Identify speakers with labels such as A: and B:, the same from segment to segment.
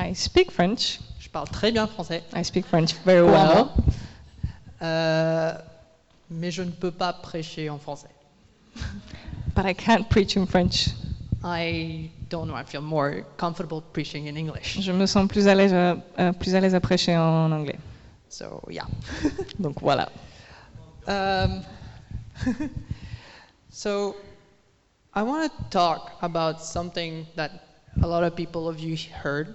A: I speak French.
B: Je parle très bien français,
A: I speak French very
B: couramment.
A: well,
B: Euh, mais je ne peux pas prêcher en français.
A: but I can't preach in French.
B: I don't know, I feel more comfortable preaching in English.
A: Je me sens plus à l'aise à, euh, plus à, l'aise à prêcher en anglais.
B: So, yeah.
A: Donc voilà.
B: Um, so, I want to talk about something that a lot of people of you heard.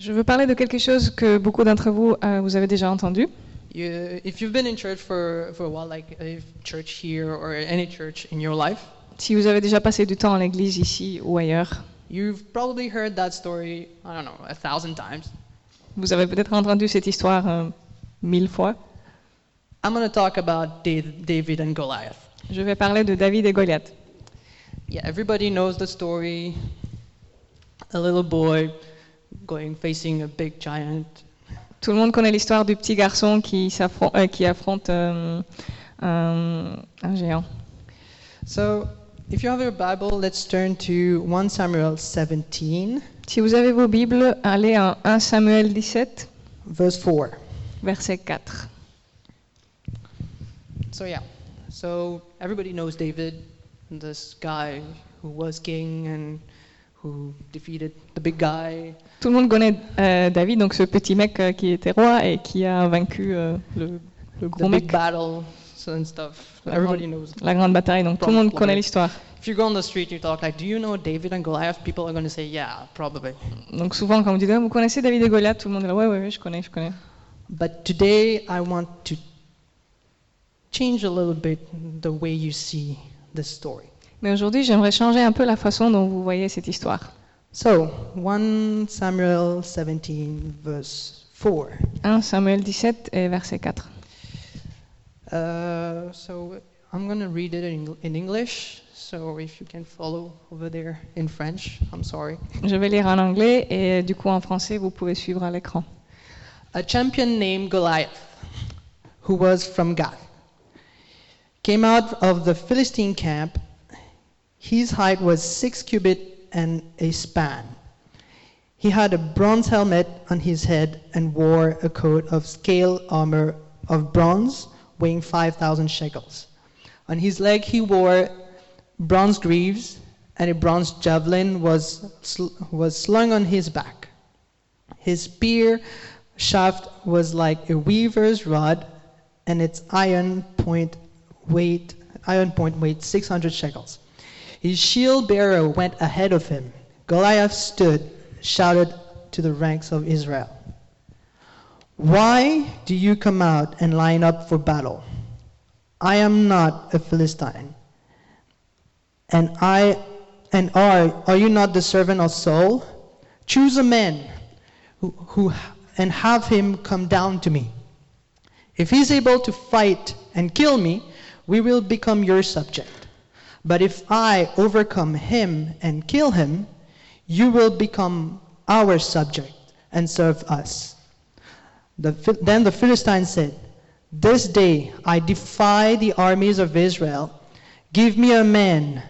A: Je veux parler de quelque chose que beaucoup d'entre vous, euh, vous avez déjà entendu.
B: You, if you've been in church for, for a while, like a church here or any church in your life,
A: Si vous avez déjà passé du temps à l'église ici ou ailleurs,
B: you've probably heard that story, I don't know, a thousand times.
A: vous avez peut-être entendu cette histoire euh, mille fois.
B: I'm going to talk about Da- David and Goliath.
A: Je vais parler de David et Goliath.
B: Yeah, everybody knows the story. A little boy going facing a big giant.
A: Tout le monde connaît l'histoire du petit garçon qui, s'affron- euh, qui affronte euh, un- un géant.
B: So, if you have your Bible, let's turn to 1 Samuel 17,
A: Si vous avez vos Bibles, allez à 1 Samuel 17,
B: verse 4.
A: verset 4.
B: So, yeah. So, everybody knows David, this guy who was king and who defeated the big guy.
A: Tout le monde connaît euh, David, donc ce petit mec euh, qui était roi et qui a vaincu euh, le, le
B: The
A: gros
B: big
A: mec,
B: battle so- and stuff.
A: Uh-huh.
B: Everybody knows.
A: la grande bataille. Donc tout le monde
B: Probably.
A: connaît l'histoire.
B: If you go on the street, you talk like, "Do you know David and Goliath?" People are going to say, "Yeah, probably."
A: Donc souvent quand on dit Ah, vous connaissez David et Goliath, tout le monde est là ouais ouais, ouais, je connais je connais.
B: But today I want to change a little bit the way you see this story.
A: Mais aujourd'hui j'aimerais changer un peu la façon dont vous voyez cette histoire.
B: So, 1 Samuel 17, verse 4.
A: 1 Samuel 17 et verset 4.
B: Uh, so, I'm going to read it in, in English. So, if you can follow over there in French, I'm sorry.
A: Je vais lire en anglais et euh, du coup en français vous pouvez suivre à l'écran.
B: a champion named Goliath, who was from Gath, came out of the Philistine camp. His height was six cubit and a span. He had a bronze helmet on his head and wore a coat of scale armor of bronze weighing 5,000 shekels. On his leg he wore bronze greaves, and a bronze javelin was, sl- was slung on his back. His spear shaft was like a weaver's rod, and its iron point weight iron point weighed 600 shekels. His shield bearer went ahead of him. Goliath stood, shouted to the ranks of Israel, "Why do you come out and line up for battle? I am not a Philistine, and I and are are you not the servant of Saul? Choose a man who, who and have him come down to me. If he is able to fight and kill me, we will become your subject. But if I overcome him and kill him, you will become our subject and serve us. The, Phil- then the Philistine said, This day I defy the armies of Israel. Give me a man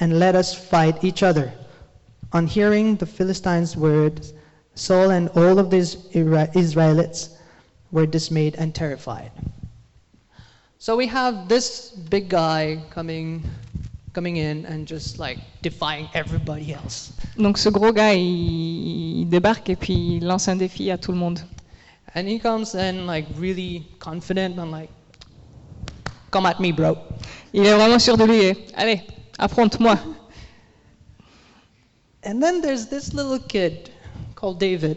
B: and let us fight each other. On hearing the Philistines' words, Saul and all of these Isra- Israelites were dismayed and terrified. So we have this big guy coming coming in and just like defying everybody else.
A: Donc ce gros gars il, il débarque et puis il lance un défi à tout le monde.
B: And he comes in like really confident and like come at me, bro.
A: Il est vraiment sûr de lui. et, Allez, affronte-moi.
B: And then there's this little kid called David.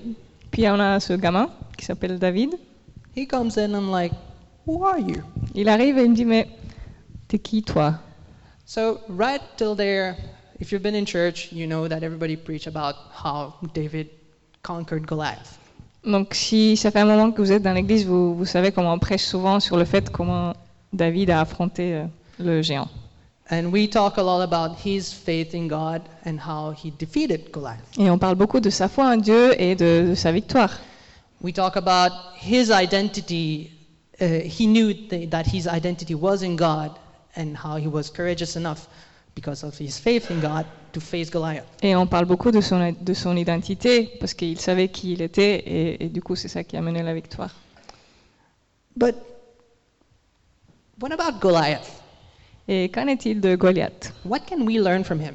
A: Puis on a ce gamin qui s'appelle David.
B: He comes in and like, "Who are you?"
A: Il arrive et il me dit mais t'es qui toi
B: So right till there, if you've been in church, you know that everybody preach about how David conquered Goliath.
A: Donc si ça fait un moment que vous êtes dans l'église, vous, vous savez comment on prêche souvent sur le fait comment David a affronté euh, le géant.
B: And we talk a lot about his faith in God and how he defeated Goliath.
A: Et on parle beaucoup de sa foi en Dieu et de, de sa victoire.
B: We talk about his identity. Uh, he knew th- that his identity was in God and how he was courageous enough because of his faith in God to face Goliath.
A: Et on parle beaucoup de son, de son identité, parce qu'il savait qui il était, et, et du coup, c'est ça qui a mené la victoire.
B: But what about Goliath?
A: Et qu'en est-il de Goliath
B: What can we learn from him?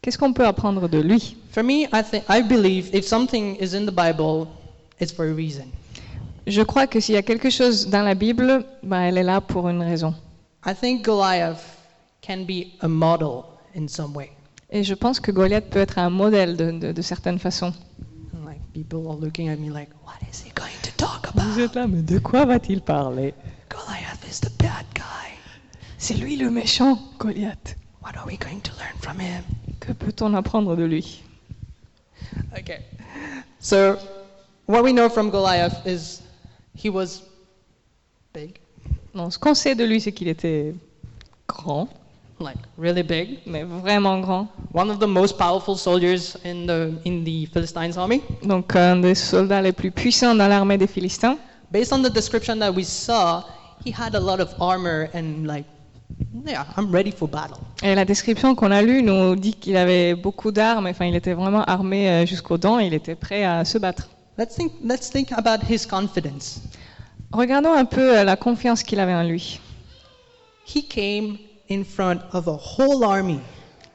A: Qu'est-ce qu'on peut apprendre de lui
B: For me, I think I believe if something is in the Bible, it's for a reason.
A: Je crois que s'il y a quelque chose dans la Bible, bah, elle est là pour une raison.
B: I think Goliath can be a model in some way.
A: Et je pense que Goliath peut être un modèle de, de- de certaines façons.
B: And, like people are looking at me like, what is he going to talk about?
A: êtes là, mais de quoi va-t-il parler
B: Goliath is the bad guy.
A: C'est lui le méchant, Goliath.
B: What are we going to learn from him?
A: Que peut-on apprendre de lui
B: Okay. So, what we know from Goliath is he was big,
A: Non, ce qu'on sait de lui, c'est qu'il était grand,
B: like really big.
A: mais vraiment grand.
B: One of the most powerful soldiers in the in the Philistines army.
A: Donc un des soldats les plus puissants dans l'armée des Philistins.
B: Based on the description that we saw, he had a lot of armor and like, yeah, I'm ready for battle.
A: Et la description qu'on a lue nous dit qu'il avait beaucoup d'armes, enfin il était vraiment armé euh, jusqu'aux dents, il était prêt à se battre.
B: Let's think. Let's think about his confidence.
A: Regardons un peu euh, la confiance qu'il avait en lui.
B: He came in front of a whole army,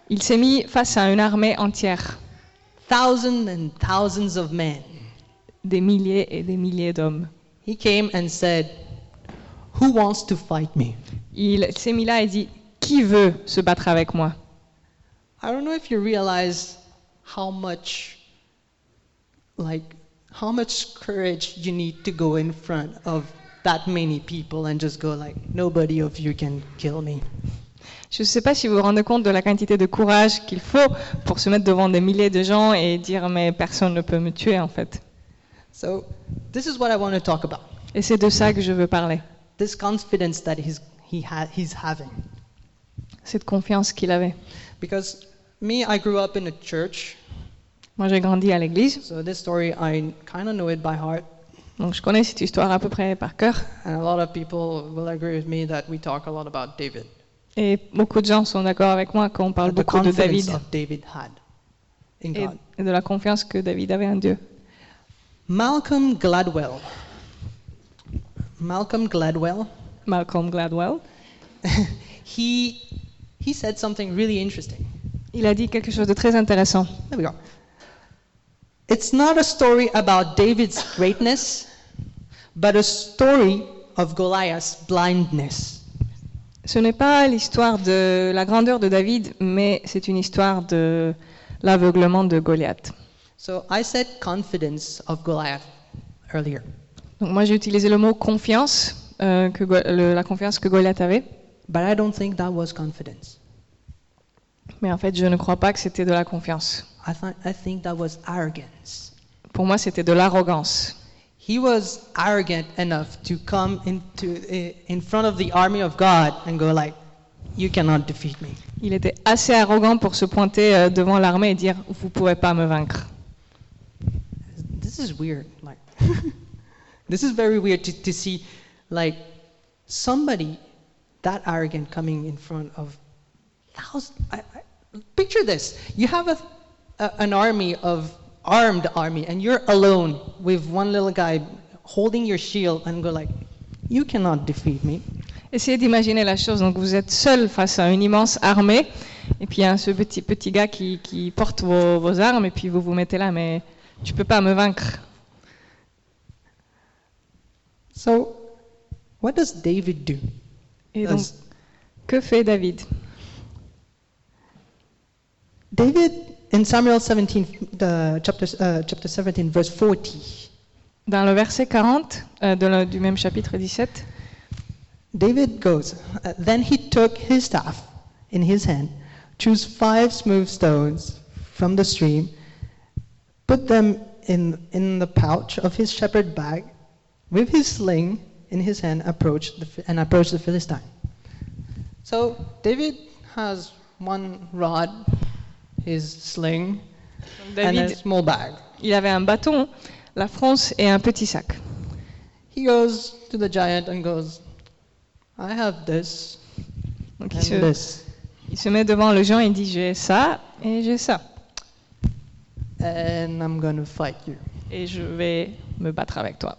A: Il s'est mis face à une armée entière,
B: thousands and thousands of men.
A: des milliers et des milliers d'hommes.
B: He came and said, "Who wants to fight me?"
A: Il s'est mis là et dit Qui veut se battre avec moi
B: I don't know if you realize how much, like, how much courage you need to go in front of that many people and just go like, nobody of you can kill me.
A: Je ne sais pas si vous vous rendez compte de la quantité de courage qu'il faut pour se mettre devant des milliers de gens et dire Mais personne ne peut me tuer en fait.
B: So this is what I want to talk about.
A: Et c'est de ça que je veux parler,
B: This confidence that he's he ha- he's having,
A: cette confiance qu'il avait.
B: because me, I grew up in a church,
A: Moi j'ai grandi à l'église,
B: so this story I kind of know it by heart,
A: donc je connais cette histoire à peu près par cœur.
B: and a lot of people will agree with me that we talk a lot about David,
A: Et beaucoup de gens sont d'accord avec moi quand on parle
B: the
A: beaucoup de Oh David
B: confidence of David had in
A: et
B: God.
A: et de la confiance que David avait en Dieu.
B: Malcolm Gladwell. Malcolm Gladwell.
A: Malcolm Gladwell,
B: he he said something really interesting.
A: il a dit quelque chose de très intéressant.
B: There we go. It's not a story about David's greatness, but a story of Goliath's blindness.
A: Ce n'est pas l'histoire de la grandeur de David, mais c'est une histoire de l'aveuglement de Goliath.
B: So I said confidence of Goliath earlier.
A: Donc moi j'ai utilisé le mot confiance, euh, que Go- le- la confiance que Goliath avait,
B: But I don't think that was confidence.
A: mais en fait je ne crois pas que c'était de la confiance.
B: I thought I think that was arrogance.
A: Pour moi c'était de l'arrogance.
B: He was arrogant enough to come into eh, in front of the army of God and go like, "You cannot defeat me."
A: Il était assez arrogant pour se pointer euh, devant l'armée et dire vous pouvez pas me vaincre.
B: This is weird. Like, this is very weird to, to see, like, somebody that arrogant coming in front of thousands. I, I, picture this: you have a, a an army of armed army, and you're alone with one little guy holding your shield, and go like, "You cannot defeat me."
A: Essayez d'imaginer la chose. Donc vous êtes seul face à une immense armée, et puis il y a ce petit petit gars qui, qui porte vos, vos armes, et puis vous vous mettez là, mais tu peux pas me vaincre.
B: So, what does David do?
A: Et donc
B: Does-
A: que fait David
B: David in Samuel 17, the chapter, uh, chapter 17, verse 40,
A: Dans le verset 40 euh, de la- du même chapitre 17,
B: David goes, "Uh, Then he took his staff in his hand, chose five smooth stones from the stream, put them in, in the pouch of his shepherd bag, with his sling in his hand, approached the, Phi- and approached the Philistine. So David has one rod, his sling, and a
A: David,
B: small bag.
A: il avait un bâton, la fronce et un petit sac.
B: He goes to the giant and goes, I have this
A: Donc
B: and
A: il se,
B: this.
A: Il se met devant le gens et dit J'ai ça et j'ai ça.
B: and I'm going to fight you.
A: Et je vais me battre avec toi.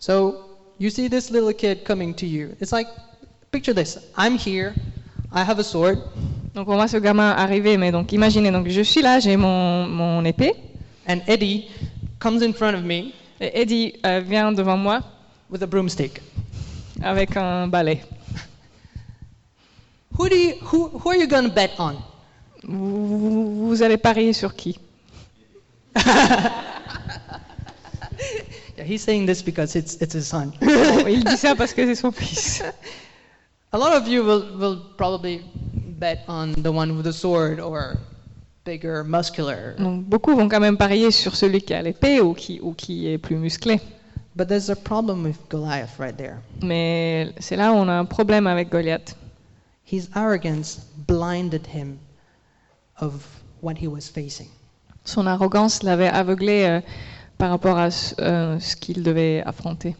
B: So you see this little kid coming to you. It's like, picture this I'm here, I have a sword,
A: Donc on voit ce gamin arriver, mais donc imaginez, donc je suis là, j'ai mon, mon épée,
B: and Eddie comes in front of me
A: et Eddie euh, vient devant moi
B: with a broomstick.
A: avec un balai.
B: Who, do you, who, who are you going to bet on?
A: Vous, vous- vous allez parier sur qui
B: Yeah, he's saying this because it's, it's his son.
A: Bon, Il dit ça parce que c'est son fils.
B: a lot of you will, will probably bet on the one with the sword or bigger, muscular.
A: Donc beaucoup vont quand même parier sur celui qui a l'épée ou qui, ou qui est plus musclé.
B: But there's a problem with Goliath right there.
A: Mais c'est là où on a un problème avec Goliath.
B: His arrogance blinded him of what he was facing.
A: Son arrogance l'avait aveuglé euh, par rapport à ce, euh, ce qu'il devait affronter.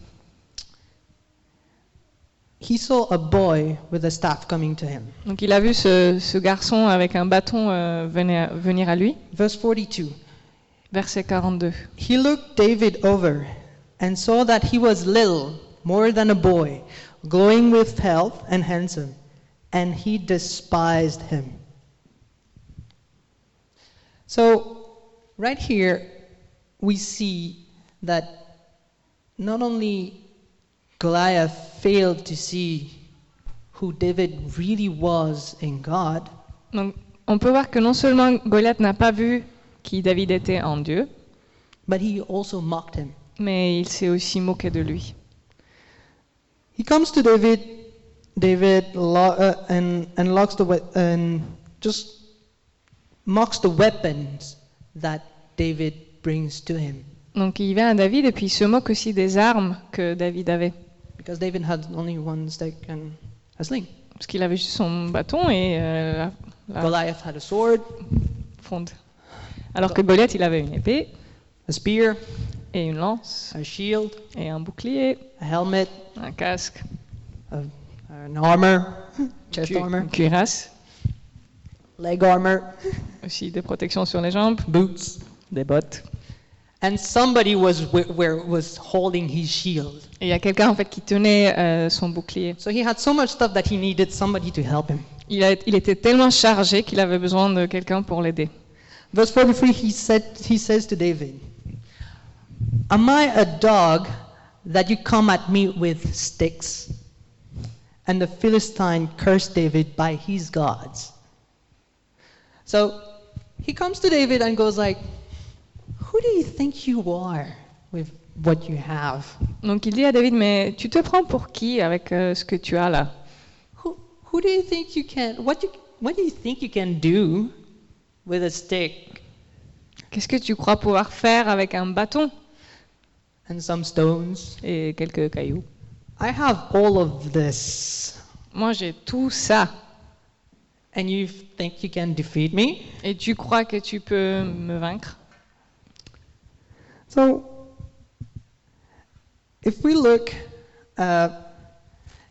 B: He saw a boy with a staff coming to him.
A: Donc il a vu ce, ce garçon avec un bâton euh, venir, venir à lui.
B: Verse 42
A: Verset 42.
B: He looked David over and saw that he was little, more than a boy, glowing with health and handsome, and he despised him. So, right here, we see that not only Goliath failed to see who David really was in God,
A: Donc on peut voir que non seulement Goliath n'a pas vu qui David était en Dieu,
B: but he also mocked him.
A: mais il s'est aussi moqué de lui.
B: He comes to David, David lo- uh, and and locks the we- and just mocks the weapons that David brings to him
A: Donc il vient à David et puis il se moque aussi des armes que David avait.
B: because David had only one stick and a sling.
A: Parce qu'il avait juste son bâton et euh, la, la
B: Goliath had a sword,
A: fonde. Alors que Goliath, il avait une épée
B: a spear,
A: et une lance
B: a shield,
A: et un bouclier,
B: a helmet,
A: un casque,
B: a, an armor, chest
A: cu-
B: armor,
A: une cuirasse,
B: leg armor,
A: aussi des protections sur les jambes,
B: boots,
A: des bottes.
B: and somebody was wi- where was holding his shield.
A: Et il y a quelqu'un en fait qui tenait euh, son bouclier.
B: So he had so much stuff that he needed somebody to help him.
A: Il, a- il était tellement chargé qu'il avait besoin de quelqu'un pour l'aider.
B: Verse 43, he, said, he says to David, Am I a dog that you come at me with sticks? And the Philistine cursed David by his gods. So he comes to David and goes like, Who do you think you are with what you have?
A: Donc il dit à David, mais tu te prends pour qui avec euh, ce que tu as là
B: Who, who do you think you can, what, you, what do you think you can do with a stick
A: Qu'est-ce que tu crois pouvoir faire avec un bâton
B: and some stones?
A: et quelques cailloux
B: I have all of this.
A: Moi j'ai tout ça.
B: and you think you can defeat me?
A: Et tu crois que tu peux me vaincre
B: So, if we look, uh,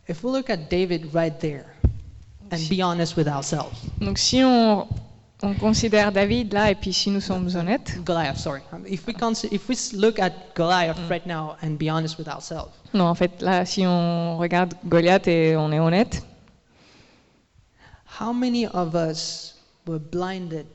B: if we look at David right there, and be honest with ourselves,
A: Donc si on, on considère David là, et puis si nous sommes honnêtes,
B: Goliath, sorry, Mm. Um, if we cons- if we s- look at Goliath right now and be honest with ourselves,
A: non en fait là, si on regarde Goliath et on est honnête,
B: how many of us were blinded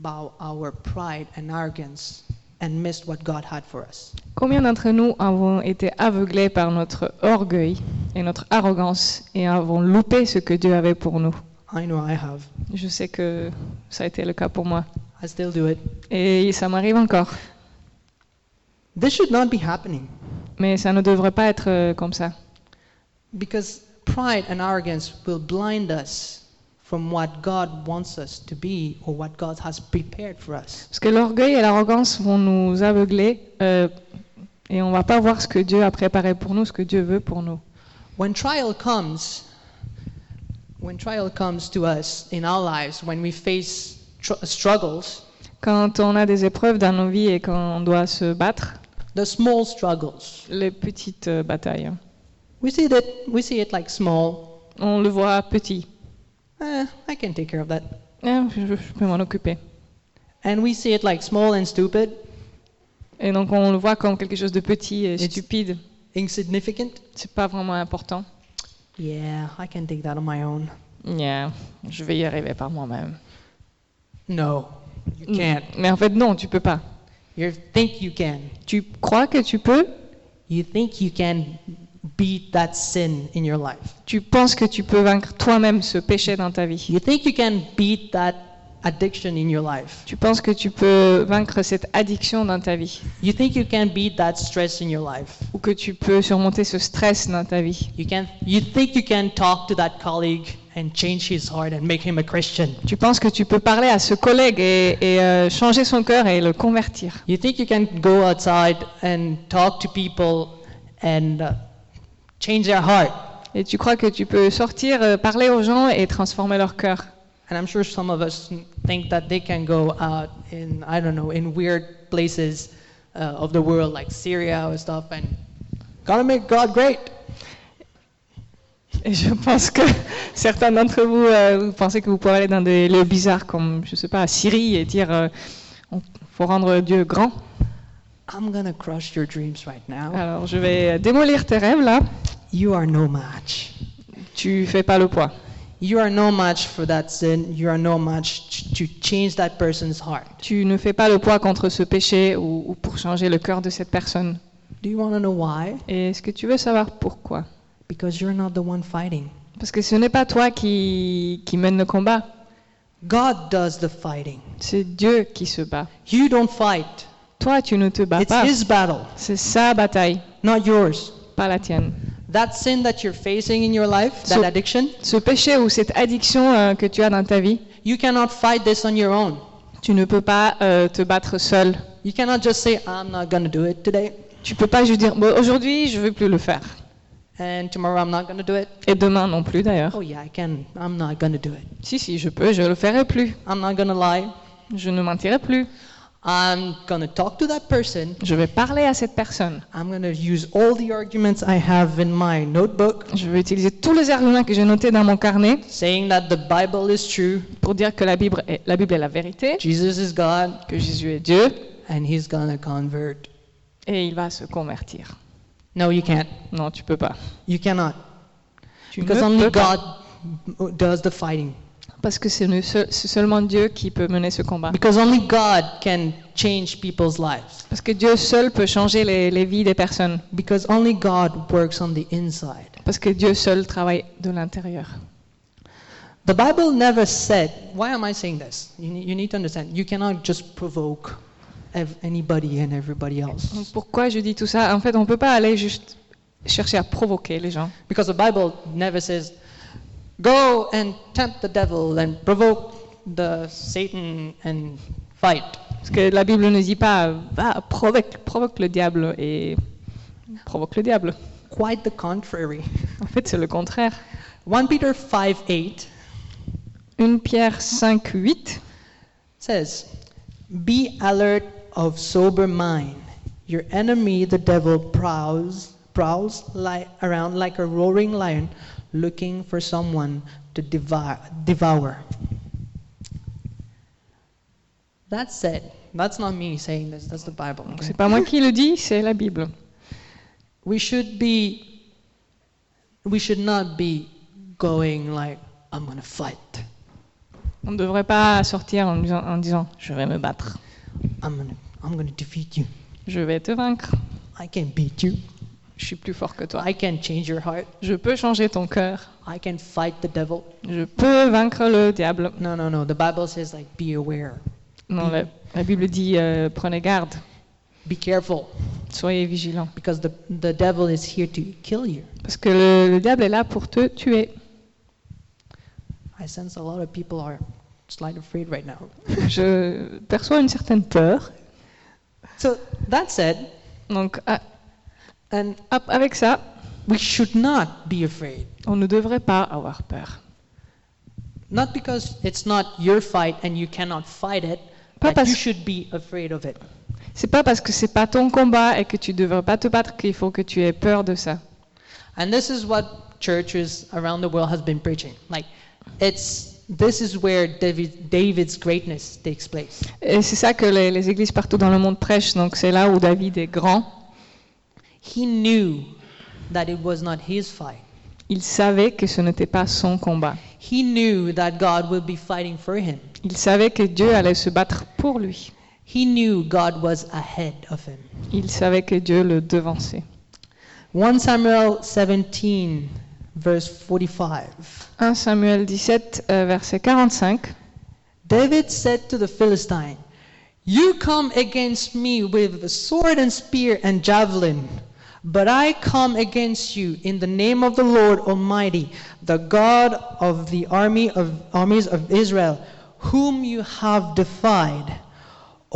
B: by our pride and arrogance and missed what God had for us?
A: combien d'entre nous avons été aveuglés par notre orgueil et notre arrogance et avons loupé ce que Dieu avait pour nous
B: I know I have.
A: Je sais que ça a été le cas pour moi.
B: I still do it.
A: Et ça m'arrive encore.
B: This should not be happening.
A: Mais ça ne devrait pas être euh, comme ça.
B: Because pride and arrogance will blind us from what God wants us to be or what God has prepared for us.
A: Parce que l'orgueil et l'arrogance vont nous aveugler euh, et on va pas voir ce que Dieu a préparé pour nous, ce que Dieu veut pour nous.
B: When trial comes, when trial comes to us in our lives, when we face tr- struggles,
A: Quand on a des épreuves dans nos vies et qu'on doit se battre,
B: the small struggles,
A: les petites euh, batailles,
B: we see that we see it like small,
A: on le voit petit.
B: Eh, I can take care of that.
A: Eh, je, je peux m'en occuper.
B: And we see it like small and stupid,
A: Et donc on le voit comme quelque chose de petit et stupide.
B: insignificant.
A: C'est pas vraiment important.
B: Yeah, I can take that on my own.
A: Yeah, je vais y arriver par moi-même.
B: No, you
A: Mm.
B: can't.
A: Mais en fait non, tu peux pas.
B: You think you can.
A: Tu crois que tu peux
B: You think you can beat that sin in your life.
A: Tu penses que tu peux vaincre toi-même ce péché dans ta vie
B: You think you can beat that addiction in your life.
A: Tu penses que tu peux vaincre cette addiction dans ta vie
B: You think you can beat that stress in your life.
A: ou que tu peux surmonter ce stress dans ta vie
B: You can you think you can talk to that colleague and change his heart and make him a Christian.
A: Tu penses que tu peux parler à ce collègue et, et, euh, changer son cœur et le convertir.
B: You think you can go outside and talk to people and uh, change their heart.
A: Et tu crois que tu peux sortir, euh, parler aux gens et transformer leur cœur.
B: And I'm sure some of us think that they can go out in I don't know in weird places uh, of the world like Syria or stuff and gotta make God great.
A: Et je pense que certains d'entre vous, euh, vous pensez que vous pouvez aller dans des lieux bizarres comme, je sais pas, à Syrie et dire euh, on- faut rendre Dieu grand.
B: I'm gonna crush your dreams right now.
A: Alors je vais démolir tes rêves là.
B: You are no match.
A: Tu fais pas le poids.
B: You are no match for that sin. You are no match t- to change that person's heart.
A: Tu ne fais pas le poids contre ce péché ou, ou pour changer le cœur de cette personne.
B: Do you want to know why?
A: Et est-ce que tu veux savoir pourquoi
B: Because you're not the one fighting.
A: Parce que ce n'est pas toi qui, qui mène le combat,
B: God does the fighting.
A: c'est Dieu qui se bat.
B: You don't fight.
A: Toi, tu ne te bats
B: It's
A: pas.
B: His battle,
A: C'est sa bataille,
B: not yours.
A: pas la tienne.
B: That sin that you're facing in your life, that
A: So-
B: addiction,
A: Ce péché ou cette addiction euh, que tu as dans ta vie,
B: you cannot fight this on your own.
A: tu ne peux pas euh, te battre seul.
B: You cannot just say, I'm not going to do it today,
A: Tu peux pas juste dire Bon, aujourd'hui, je veux plus le faire.
B: and tomorrow I'm not going to do it.
A: Et demain non plus d'ailleurs.
B: Oh, yeah, I can. I'm not going to do it.
A: Si si, je peux, je le ferai plus.
B: I'm not going to lie.
A: Je ne mentirai plus.
B: I'm going to talk to that person.
A: Je vais parler à cette personne.
B: I'm going to use all the arguments I have in my notebook
A: Je vais utiliser tous les arguments que j'ai notés dans mon carnet
B: saying that the Bible is true,
A: pour dire que la Bible est la, Bible est la vérité,
B: Jesus is God,
A: que Jésus est Dieu
B: and he's going to convert.
A: et il va se convertir.
B: No, you can't.
A: Non, tu peux pas.
B: You cannot.
A: Tu
B: Because
A: ne
B: only
A: peux pas.
B: God m- does the fighting.
A: Parce que c'est ne- seul- c'est seulement Dieu qui peut mener ce combat.
B: Because only God can change people's lives.
A: Parce que Dieu seul peut changer les, les vies des personnes.
B: Because only God works on the inside.
A: Parce que Dieu seul travaille de l'intérieur.
B: The Bible never said, why am I saying this? You need, you need to understand. You cannot just provoke ev- anybody and everybody
A: Donc
B: else.
A: pourquoi je dis tout ça En fait, on ne peut pas aller juste chercher à provoquer les gens.
B: Because the Bible never says, go and tempt the devil and provoke the Satan and fight.
A: Parce que la Bible ne dit pas va provoque, provoque le diable et provoque le diable.
B: Quite the contrary.
A: En fait, c'est le contraire.
B: 1 Peter 5 8
A: 1 Pierre 5, 8.
B: says, Be alert of sober mind. Your enemy, the devil, prowls, prowls li- around like a roaring lion looking for someone to devour. devour. That said, that's not me saying this, that's the Bible.
A: Donc
B: okay?
A: c'est pas moi qui le dis, c'est la Bible.
B: We should be, we should not be going like, I'm gonna fight,
A: On ne devrait pas sortir en disant, en disant je vais me battre,
B: I'm gonna, I'm gonna defeat you,
A: je vais te vaincre,
B: I can beat you,
A: je suis plus fort que toi.
B: I can change your heart.
A: Je peux changer ton cœur,
B: I can fight the devil.
A: je peux vaincre le diable.
B: No, no, no. The Bible says like be aware.
A: Non, la, la Bible dit euh, prenez garde,
B: Be careful
A: soyez vigilants.
B: because the the devil is here to kill you.
A: Parce que le, le diable est là pour te tuer.
B: I sense a lot of people are slight afraid right now.
A: Je perçois une certaine peur.
B: So that said,
A: Donc à-
B: and
A: à- avec ça,
B: we should not be afraid.
A: on ne devrait pas avoir peur.
B: Not because it's not your fight and you cannot fight it,
A: Pas
B: but you
A: parce-
B: should be afraid of it.
A: C'est pas parce que c'est pas ton combat et que tu devrais pas te battre qu'il faut que tu aies peur de ça.
B: And this is what churches around the world has been preaching. Like, it's this is where David, David's greatness takes place.
A: Et c'est ça que les, les églises partout dans le monde prêchent. Donc c'est là où David est grand.
B: He knew that it was not his fight.
A: Il savait que ce n'était pas son combat.
B: He knew that God would be fighting for him.
A: Il savait que Dieu allait se battre pour lui.
B: He knew God was ahead of him.
A: Il savait que Dieu le devançait.
B: 1 Samuel 17, verse 45.
A: 1 Samuel 17, euh, verset 45.
B: David said to the Philistine, You come against me with sword and spear and javelin, but I come against you in the name of the Lord Almighty, the God of the army of armies of Israel, whom you have defied.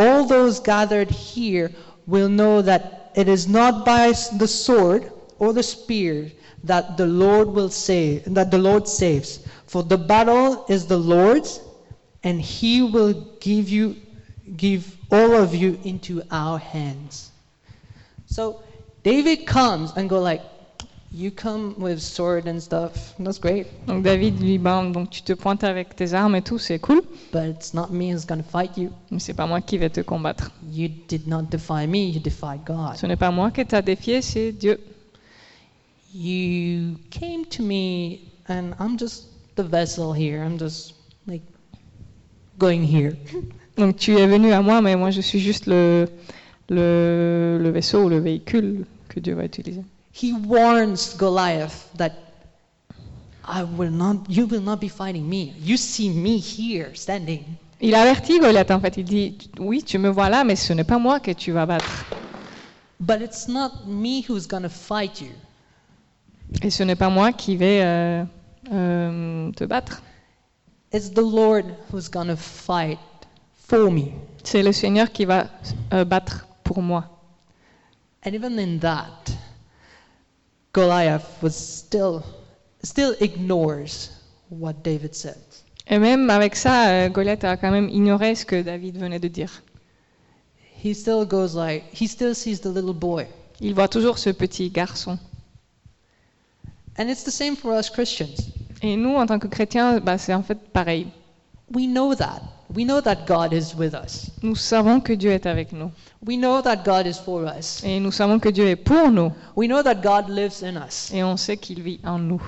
B: All those gathered here will know that it is not by the sword or the spear that the Lord will save, that the Lord saves. For the battle is the Lord's, and he will give you give all of you into our hands. So David comes and go like, you come with sword and stuff. That's great,
A: Donc David lui dit, Ben, donc tu te pointes avec tes armes et tout, c'est cool,
B: but it's not me who's going to fight you.
A: mais c'est pas moi qui vais te combattre.
B: You did not defy me, you defied God.
A: Ce n'est pas moi qui t'a défié, c'est Dieu.
B: You came to me and I'm just the vessel here. I'm just like going here.
A: Donc tu es venu à moi, mais moi je suis juste le, le, le vaisseau ou le véhicule que Dieu va utiliser.
B: He warns Goliath that I will not you will not be fighting me. You see me here standing.
A: Il avertit Goliath en fait, il dit oui tu me vois là, mais ce n'est pas moi que tu vas battre.
B: But it's not me who's going to fight you.
A: Et ce n'est pas moi qui vais euh, euh, te battre.
B: It's the Lord who's going to fight for me.
A: C'est le Seigneur qui va euh, battre pour moi.
B: And even in that Goliath was still still ignores what David said.
A: Et même avec ça, euh, Goliath a quand même ignoré ce que David venait de dire.
B: He still goes like he still sees the little boy.
A: Il voit toujours ce petit garçon.
B: And it's the same for us Christians.
A: Et nous, en tant que chrétiens, bah, c'est en fait pareil.
B: We know that. We know that God is with us.
A: Nous savons que Dieu est avec nous.
B: We know that God is for us.
A: Et nous savons que Dieu est pour nous.
B: We know that God lives in us.
A: Et on sait qu'il vit en nous.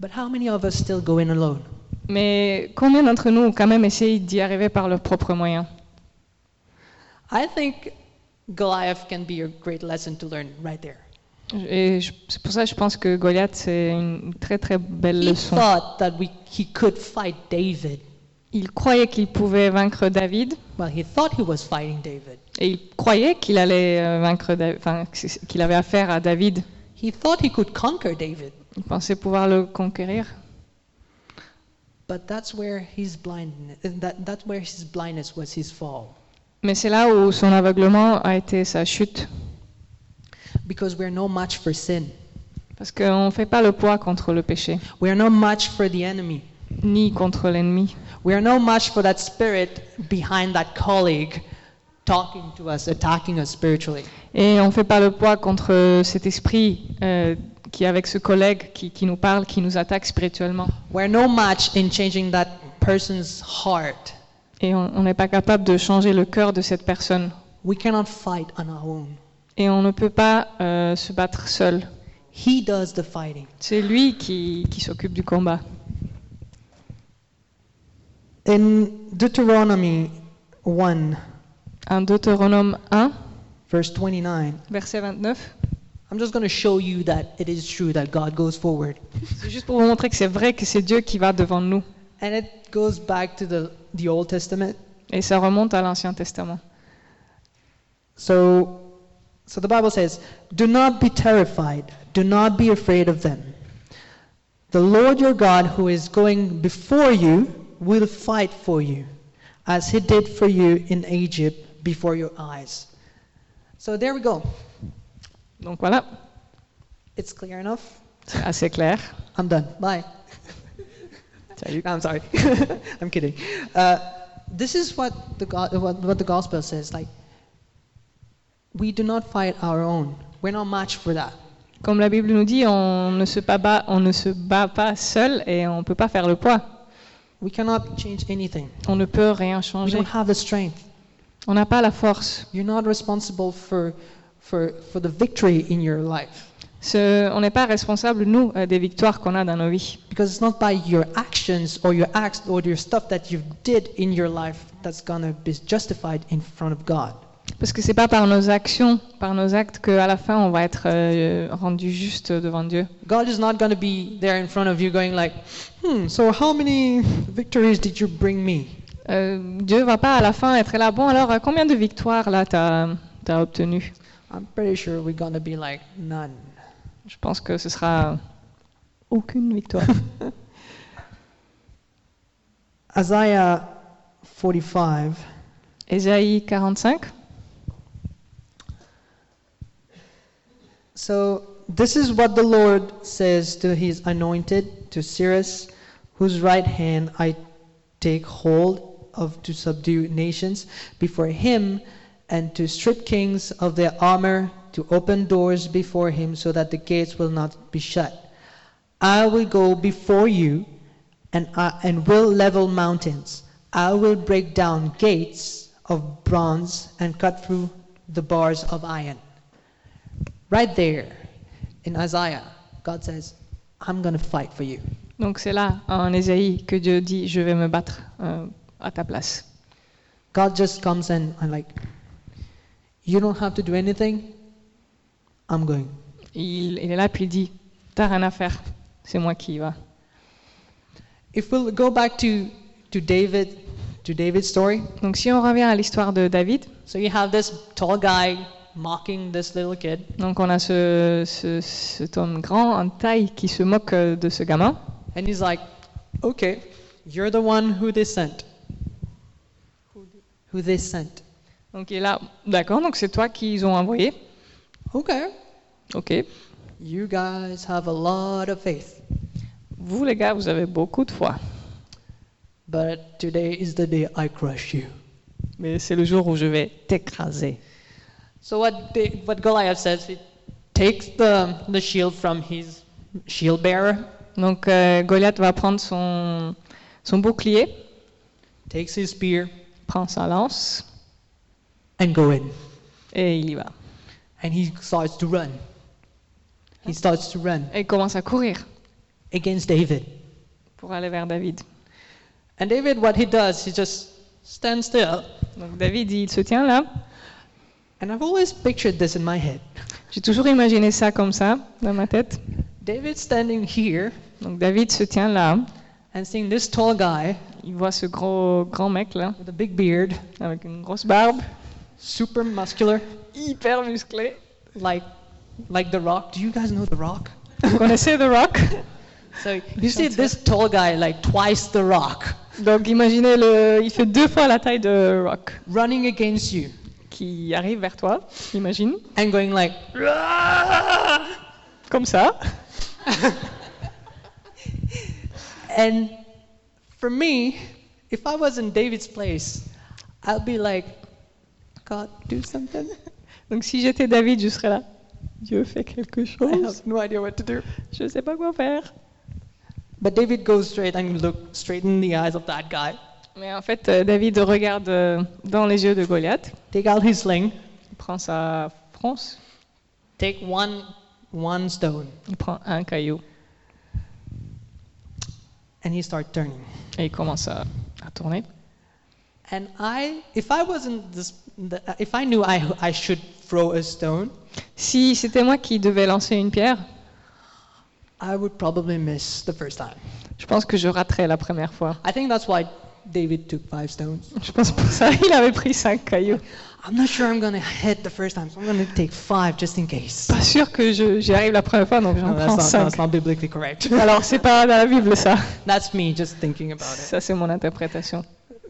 B: But how many of us still go in alone?
A: Mais combien d'entre nous ont quand même essayé d'y arriver par leurs propres moyens
B: I think Goliath can be a great lesson to learn right there.
A: Et je- c'est pour ça que je pense que Goliath, c'est une très très belle
B: He
A: leçon.
B: thought that we, he could fight David.
A: Il croyait qu'il pouvait vaincre David
B: Well, he thought he was fighting David.
A: et il croyait qu'il allait euh, vaincre, Da- enfin que c'est- qu'il avait affaire à David.
B: He thought he could conquer David.
A: Il pensait pouvoir le conquérir.
B: But that's where his blindness, that, that's where his blindness was his fall.
A: Mais c'est là où son aveuglement a été sa chute,
B: Because we're no match for sin.
A: parce qu'on ne fait pas le poids contre le péché,
B: We are no match for the enemy.
A: ni contre l'ennemi.
B: We are no match for that spirit behind that colleague talking to us, attacking us spiritually.
A: Et on ne fait pas le poids contre cet esprit euh, qui est avec ce collègue qui, qui nous parle, qui nous attaque spirituellement.
B: We're no match in changing that person's heart.
A: Et on on n'est pas capable de changer le cœur de cette personne.
B: We cannot fight on our own.
A: Et on ne peut pas euh, se battre seul.
B: He does the fighting.
A: C'est lui qui, qui s'occupe du combat.
C: In Deuteronomy 1,
A: En Deutéronome 1,
C: verse 29,
A: verset 29,
B: I'm just going to show you that it is true that God goes forward.
A: c'est juste pour vous montrer que c'est vrai que c'est Dieu qui va devant nous.
B: And it goes back to the, the Old Testament.
A: Et ça remonte à l'Ancien Testament.
C: So, so the Bible says, Do not be terrified, do not be afraid of them.
B: The Lord your God, who is going before you, will fight for you, as he did for you in Egypt before your eyes. So there we go.
A: Donc voilà,
B: It's clear enough.
A: c'est assez clair.
B: I'm done. Bye.
A: Salut.
B: No, I'm sorry. I'm kidding. Uh, this is what the, go- what, what the gospel says. Like, we do not fight our own. We're not matched for that.
A: Comme la Bible nous dit, on ne se bat pas, on ne se bat pas seul et on ne peut pas faire le poids.
B: We cannot change anything.
A: On ne peut rien
B: We
A: changer.
B: don't have the strength.
A: On n'a pas la force.
B: You're not responsible for, for, for the victory in your life
A: Ce- on n'est pas responsable, nous, euh, des victoires qu'on a dans nos vies.
B: because it's not by your actions or your acts or your stuff that you did in your life that's gonna be justified in front of God.
A: Parce que c'est pas par nos actions, par nos actes, qu'à la fin, on va être euh, rendu juste devant Dieu.
B: God is not gonna be there in front of you going like, hmm, so how many victories did you bring me?
A: Euh, Dieu va pas à la fin être là. Bon, alors, euh, combien de victoires, là, t'as as obtenues
B: I'm pretty sure we're gonna be like, none.
A: Je pense que ce sera aucune victoire.
D: Isaiah 45,
A: Ésaïe 45.
B: So this is what the Lord says to his anointed, to Cyrus, whose right hand I take hold of to subdue nations before him and to strip kings of their armor, to open doors before him so that the gates will not be shut. I will go before you and, I, and will level mountains. I will break down gates of bronze and cut through the bars of iron. Right there in Isaiah, God says, I'm going to fight for you.
A: Donc c'est là, en Ésaïe, que Dieu dit, je vais me battre euh, à ta place.
B: God just comes and I'm like, you don't have to do anything. I'm going.
A: Il, il est là, puis il dit, t'as rien à faire, c'est moi qui y va.
B: If we'll go back to, to David, to David's story.
A: Donc si on revient à l'histoire de David,
B: So you have this tall guy mocking this little kid,
A: donc on a ce, ce- cet homme grand en taille qui se moque euh, de ce gamin.
B: and he's like, okay, you're the one who they sent. Who they sent.
A: Donc il est là, d'accord, donc c'est toi qu'ils ont envoyé.
B: Okay,
A: Ok.
B: you guys have a lot of faith,
A: Vous les gars, vous avez beaucoup de foi.
B: but today is the day I crush you.
A: Mais c'est le jour où je vais t'écraser.
B: So what Da- what Goliath says, he takes the the shield from his shield bearer,
A: Donc euh, Goliath va prendre son, son bouclier,
B: takes his spear,
A: prend sa lance
B: and go in.
A: et il y va.
B: And he starts to run. He starts to run
A: Et il commence à courir
B: against David.
A: pour aller vers David.
B: And David, what he does, he just stands still.
A: Donc David, il se tient là.
B: And I've always pictured this in my head.
A: J'ai toujours imaginé ça comme ça dans ma tête.
B: David standing here
A: Donc David se tient là.
B: and seeing this tall guy
A: Il voit ce gros grand mec là,
B: with a big beard,
A: avec une grosse barbe,
B: super muscular,
A: hyper musclé.
B: like like The Rock. Do you guys know The Rock?
A: Vous connaissez The Rock
B: So you see this tall guy, like twice The Rock,
A: Donc imaginez le, il fait deux fois la taille de Rock
B: running against you.
A: qui arrive vers toi. Imagine,
B: and going like,
A: comme ça.
B: and for me, if I was in David's place, I'd be like, God, do something.
A: Donc si j'étais David, je serais là. Dieu fait quelque
B: I
A: chose.
B: have no idea what to do.
A: Je sais pas quoi faire.
B: But David goes straight and look straight in the eyes of that guy,
A: Mais en fait, euh, David regarde euh, dans les yeux de Goliath,
B: take out his sling,
A: il prend sa fronce,
B: take one one stone,
A: il prend un caillou
B: and he start turning.
A: et il commence à, à tourner.
B: And I, if I wasn't this, the, if I knew I, I should throw a stone,
A: Si c'était moi qui devais lancer une pierre,
B: I would probably miss the first time.
A: je pense que je raterais la première fois.
B: I think that's why David took five stones.
A: Je pense pour ça, il avait pris cinq cailloux.
B: I'm not sure I'm gonna hit the first time, so I'm gonna take five just in case.
A: Pas sûr que je- j'y arrive la première fois, donc j'en
B: No,
A: prends
B: that's, not, that's
A: cinq.
B: not biblically correct.
A: Alors c'est pas dans la Bible ça.
B: that's me just thinking about it
A: Ça c'est mon interprétation.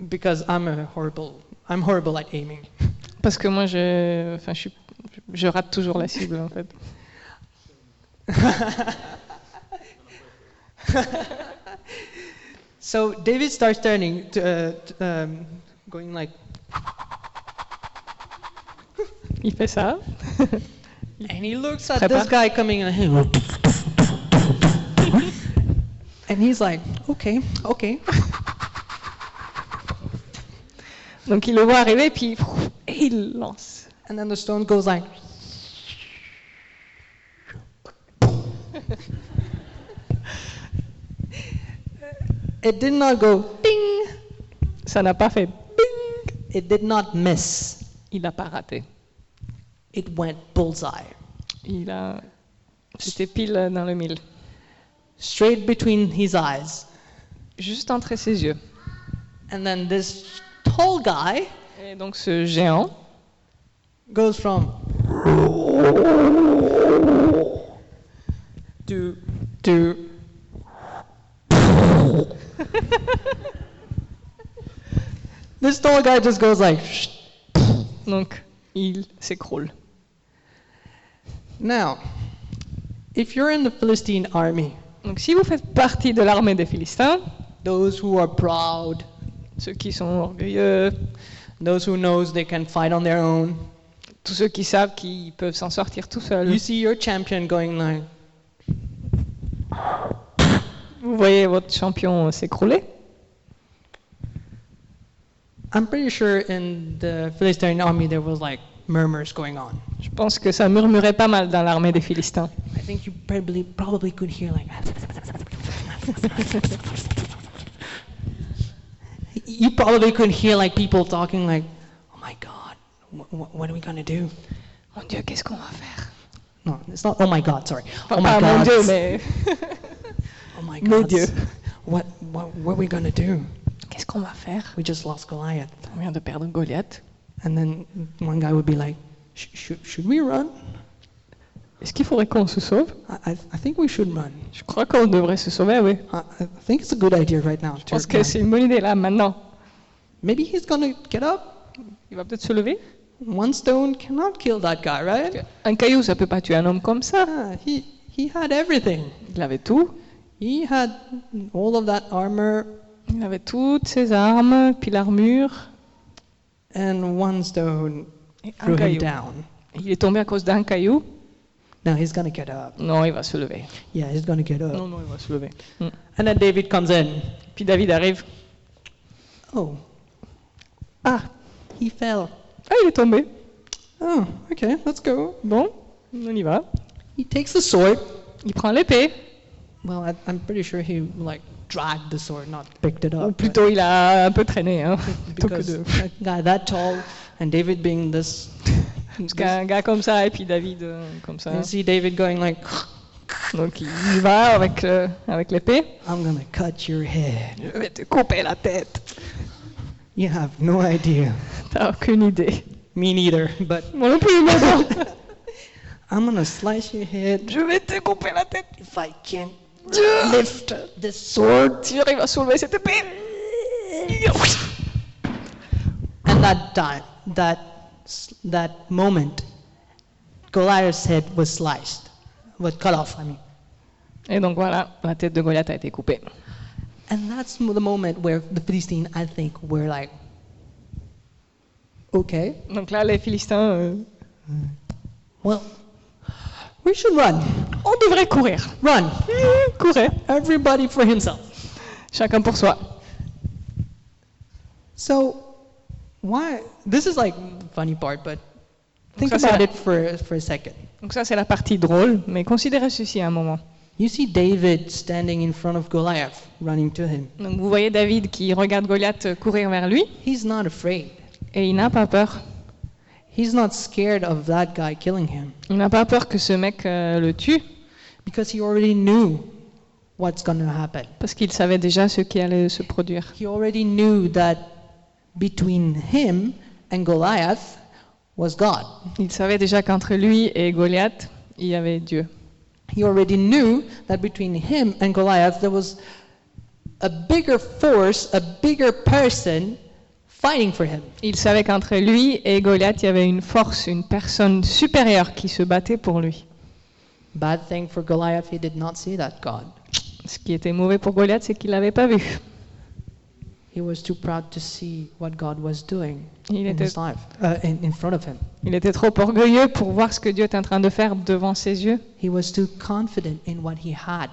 B: because I'm a horrible. I'm horrible at aiming.
A: Parce que moi je, enfin je, suis- je rate toujours la cible en fait.
B: So David starts turning, to, uh, t- um, going like,
A: Il fait ça.
B: And he looks at
A: Prépare.
B: this guy coming in. and he's like, okay, okay.
A: Donc il le voit arriver, puis pff, et il lance.
B: And then the stone goes like, it did not go ding.
A: Ça n'a pas fait.
B: It did not miss.
A: Il n'a pas raté.
B: It went bullseye.
A: Il a. C'était pile dans le mille.
B: Straight between his eyes.
A: Juste entre ses yeux.
B: And then this tall guy
A: Et donc ce géant
B: goes from to
A: de.
B: this tall guy just goes like Shh.
A: Donc il s'écroule.
B: now if you're in the Philistine army
A: Donc si vous faites partie de l'armée des Philistins,
B: those who are proud
A: ceux qui sont orgueilleux,
B: those who knows they can fight on their own
A: tous ceux qui savent qu'ils peuvent s'en sortir tout seuls,
B: you see your champion going like
A: vous voyez votre champion s'écrouler.
B: I'm pretty sure in the Philistine army there was like murmurs going on
A: Je pense que ça murmurait pas mal dans l'armée des Philistins.
B: I think you probably probably could hear like you probably could hear like people talking like oh my god wh- wh- what are we gonna do
A: Mon Dieu, qu'est-ce qu'on va faire
B: no it's not oh my god sorry
A: Pas
B: oh my
A: mon
B: god
A: Dieu, mais
B: oh my
A: mon
B: god
A: Dieu.
B: what, what what are we gonna do
A: qu'est-ce qu'on va faire
B: we just lost Goliath
A: On vient de perdre Goliath.
B: and then one guy would be like "Sh- should should we run
A: Est-ce qu'il faudrait qu'on se sauve
B: I, I I think we should run
A: Je crois qu'on devrait se sauver, oui.
B: I, I think it's a good idea right now
A: Je
B: to
A: pense que
B: run.
A: c'est une bonne idée là, maintenant.
B: maybe he's gonna get up
A: Il va peut-être se lever.
B: One stone cannot kill that guy, right?
A: Un caillou, ça peut pas tuer un homme comme ça.
B: Ah, he he had everything.
A: Il avait tout.
B: He had all of that armor
A: Il avait toutes ses armes, puis l'armure.
B: and one stone
A: Et un
B: threw him
A: caillou.
B: down.
A: Il est tombé à cause d'un caillou.
B: Now he's gonna get up.
A: Non, il va se lever.
B: Yeah, he's gonna get up.
A: Non, non, il va se lever. Mm.
B: And then David comes in.
A: Puis David arrive.
B: Oh. Ah, he fell.
A: Ah, il est tombé.
B: Oh, okay, let's go.
A: Bon, on y va.
B: He takes the sword.
A: Il prend l'épée.
B: Well, I, I'm pretty sure he like dragged the sword, not picked it
A: Ou
B: up.
A: plutôt, il a un peu traîné. Hein,
B: but-
A: plutôt que
B: Ah, because
A: de-
B: a guy that tall and David being this,
A: Parce qu'un gars comme ça, et puis David euh, comme ça.
B: you see David going like.
A: Donc il y va avec, le- avec l'épée.
B: I'm gonna cut your head.
A: Je vais te couper la tête.
B: You have no idea.
A: T'as aucune idée.
B: Me neither, but
A: Moi non plus, mais bon.
B: I'm gonna slice your head
A: Je vais te couper la tête.
B: if I can
A: Dieu,
B: lift this sword.
A: si j'arrive à soulever cette épée.
B: And that time, that s- that moment, Goliath's head was sliced, was cut off. I mean,
A: Et donc voilà, la tête de Goliath a été coupée.
B: and that's m- the moment where the Philistine, I think, were like, okay,
A: Donc là, les Philistins, euh,
B: well, we should run,
A: on devrait courir.
B: run,
A: Courir,
B: everybody for himself.
A: chacun pour soi.
B: So, why? This is like the funny part, but think
A: ça, c'est
B: about
A: la-
B: it for for a second.
A: Donc ça, c'est la partie drôle, mais considérez ceci à un moment.
B: You see David standing in front of Goliath, running to him.
A: Donc vous voyez David qui regarde Goliath courir vers lui,
B: He's not afraid.
A: et il n'a pas peur.
B: He's not scared of that guy killing him
A: Il n'a pas peur que ce mec euh, le tue,
B: because he already knew what's going to happen.
A: parce qu'il savait déjà ce qui allait se produire.
B: He already knew that between him and Goliath was God.
A: Il savait déjà qu'entre lui et Goliath, il y avait Dieu.
B: He already knew that between him and Goliath there was a bigger force, a bigger person fighting for him.
A: Il savait qu'entre lui et Goliath, il y avait une force, une personne supérieure qui se battait pour lui.
B: Bad thing for Goliath, he did not see that God.
A: Ce qui était mauvais pour Goliath, c'est qu'il l'avait pas vu.
B: He was too proud to see what God was doing
A: Il
B: in
A: était,
B: his life, uh, in, in front of him.
A: il était trop orgueilleux pour voir ce que Dieu est en train de faire devant ses yeux.
B: He was too confident in what he had,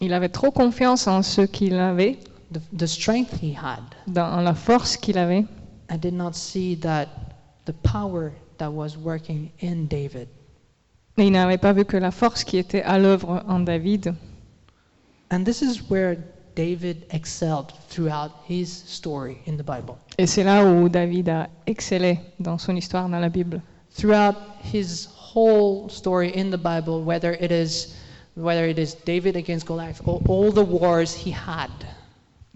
A: Il avait trop confiance en ce qu'il avait,
B: the, the strength he had,
A: dans en la force qu'il avait,
B: and did not see that the power that was working in David.
A: et il n'avait pas vu que la force qui était à l'œuvre en David.
B: And this is where David excelled throughout his story in the Bible.
A: Et c'est là où David a excellé dans son histoire dans la Bible.
B: Throughout his whole story in the Bible, whether it is whether it is David against Goliath or all the wars he had,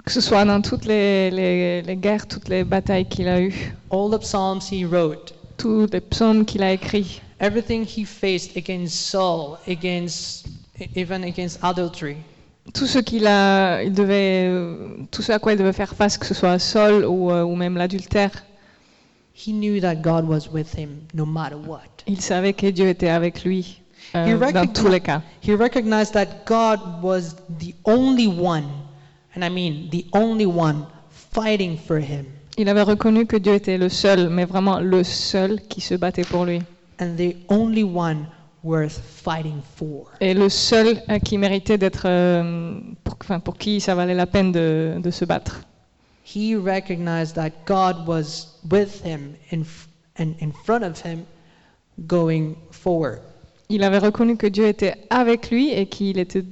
A: Que ce soit dans toutes les, les- les guerres, toutes les batailles qu'il a eues,
B: all the psalms he wrote,
A: tous les psaumes qu'il a écrits,
B: everything he faced against Saul, against even against adultery,
A: tout ce qu'il a, il devait, euh, tout ce à quoi il devait faire face, que ce soit Saul ou, euh, ou même l'adultère,
B: he knew that God was with him no matter what.
A: il savait que Dieu était avec lui euh,
B: He
A: dans
B: recognized-
A: tous les cas.
B: He recognized that God was the only one, and I mean the only one fighting for him.
A: Il avait reconnu que Dieu était le seul, mais vraiment le seul qui se battait pour lui
B: and the only one worth fighting for.
A: et le seul euh, qui méritait d'être, euh, pour, enfin, pour qui ça valait la peine de- de se battre.
B: He recognized that God was with him in f- and in front of him going forward.
A: Il avait reconnu que Dieu était avec lui et qu'il était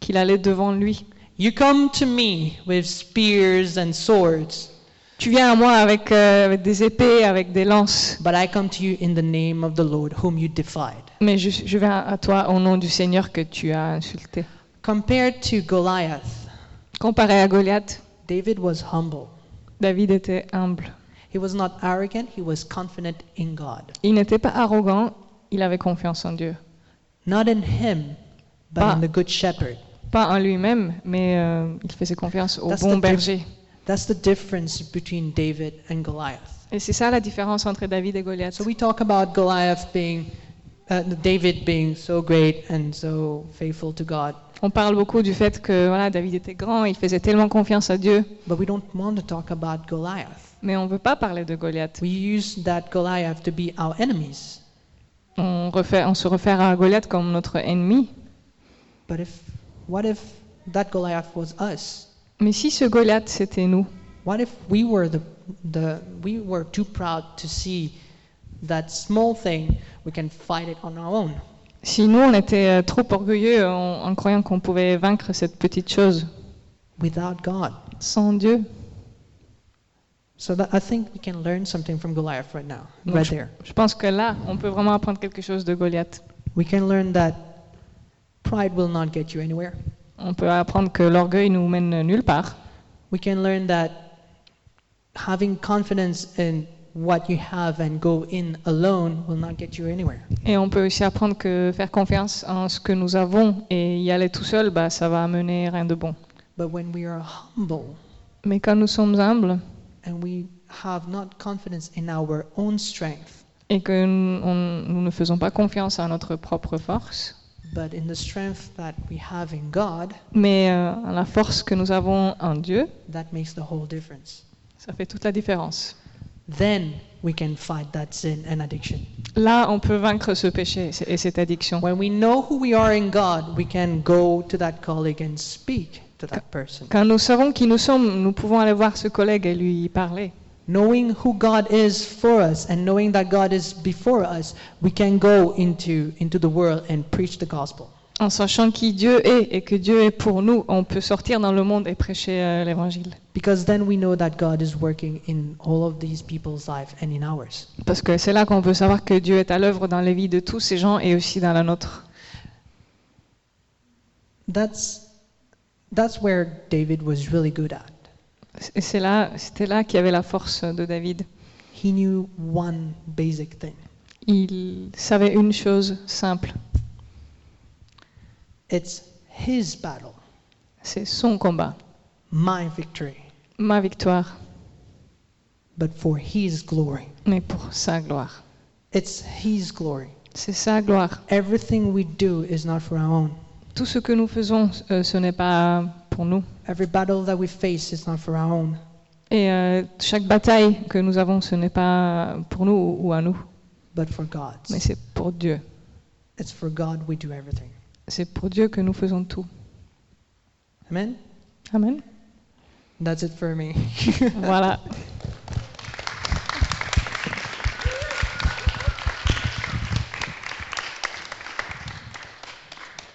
A: qu'il allait devant lui.
B: You come to me with spears and swords,
A: Tu viens à moi avec, euh, avec des épées, avec des lances,
B: but I come to you in the name of the Lord whom you defied.
A: mais je, je viens à toi au nom du Seigneur que tu as insulté.
B: Compared to Goliath,
A: Comparé à Goliath,
B: David was humble.
A: David était humble.
B: He was not arrogant, he was confident in God.
A: Il n'était pas arrogant, il avait confiance en Dieu.
B: Not in him, but
A: Bah.
B: in the good shepherd.
A: Pas en lui-même, mais euh, il faisait confiance au
B: That's
A: bon
B: the diff-
A: berger.
B: That's the difference between David and Goliath.
A: Et c'est ça la différence entre David et Goliath.
B: So we talk about Goliath being, uh, David being so great and so faithful to God,
A: On parle beaucoup du fait que voilà, David était grand, il faisait tellement confiance à Dieu,
B: but we don't want to talk about Goliath.
A: mais on ne veut pas parler de Goliath.
B: We use that Goliath to be our enemies.
A: on, refait- on se réfère à Goliath comme notre ennemi.
B: But if, what if that Goliath was us?
A: Mais si ce Goliath, c'était nous
B: What if we were the, the we were too proud to see that small thing? We can fight it on our own.
A: Si nous, on était euh, trop orgueilleux en, en croyant qu'on pouvait vaincre cette petite chose
B: Without God.
A: sans Dieu
B: So that, I think we can learn something from Goliath right now,
A: Donc,
B: right
A: je-
B: there.
A: Je pense que là, on peut vraiment apprendre quelque chose de Goliath.
B: We can learn that pride will not get you anywhere.
A: On peut apprendre que l'orgueil nous mène nulle part.
B: We can learn that having confidence in what you have and go in alone will not get you anywhere.
A: Et on peut aussi apprendre que faire confiance en ce que nous avons et y aller tout seul, bah, ça va amener rien de bon.
B: But when we are humble
A: Mais quand nous sommes humbles
B: and we have not confidence in our own strength,
A: et que n- on- nous ne faisons pas confiance à notre propre force,
B: but in the strength that we have in God,
A: mais euh, à la force que nous avons en Dieu,
B: that makes the whole difference.
A: ça fait toute la différence.
B: Then we can fight that sin and addiction.
A: Là, on peut vaincre ce péché et cette addiction.
B: When we know who we are in God, we can go to that colleague and speak to that person.
A: Quand nous savons qui nous sommes, nous pouvons aller voir ce collègue et lui parler.
B: Knowing who God is for us and knowing that God is before us, we can go into, into the world and preach the gospel.
A: En sachant qui Dieu est et que Dieu est pour nous, on peut sortir dans le monde et prêcher euh, l'évangile.
B: Because then we know that God is working in all of these people's life and in ours.
A: Parce que c'est là qu'on peut savoir que Dieu est à l'œuvre dans les vies de tous ces gens et aussi dans la nôtre.
B: That's, that's where David was really good at.
A: Et c'est là, c'était là qu'il y avait la force de David.
B: He knew one basic thing
A: Il savait une chose simple,
B: it's his battle,
A: c'est son combat,
B: my victory,
A: ma victoire,
B: but for his glory.
A: mais pour sa gloire.
B: It's his glory.
A: C'est sa gloire.
B: Everything we do is not for our own.
A: Tout ce que nous faisons, euh, ce n'est pas pour nous.
B: Every battle that we face is not for our own.
A: Et euh, chaque bataille que nous avons, ce n'est pas pour nous ou- ou à nous,
B: but for God.
A: mais c'est pour Dieu.
B: It's for God we do everything.
A: C'est pour Dieu que nous faisons tout.
B: Amen?
A: Amen.
B: That's it for me.
A: Voilà.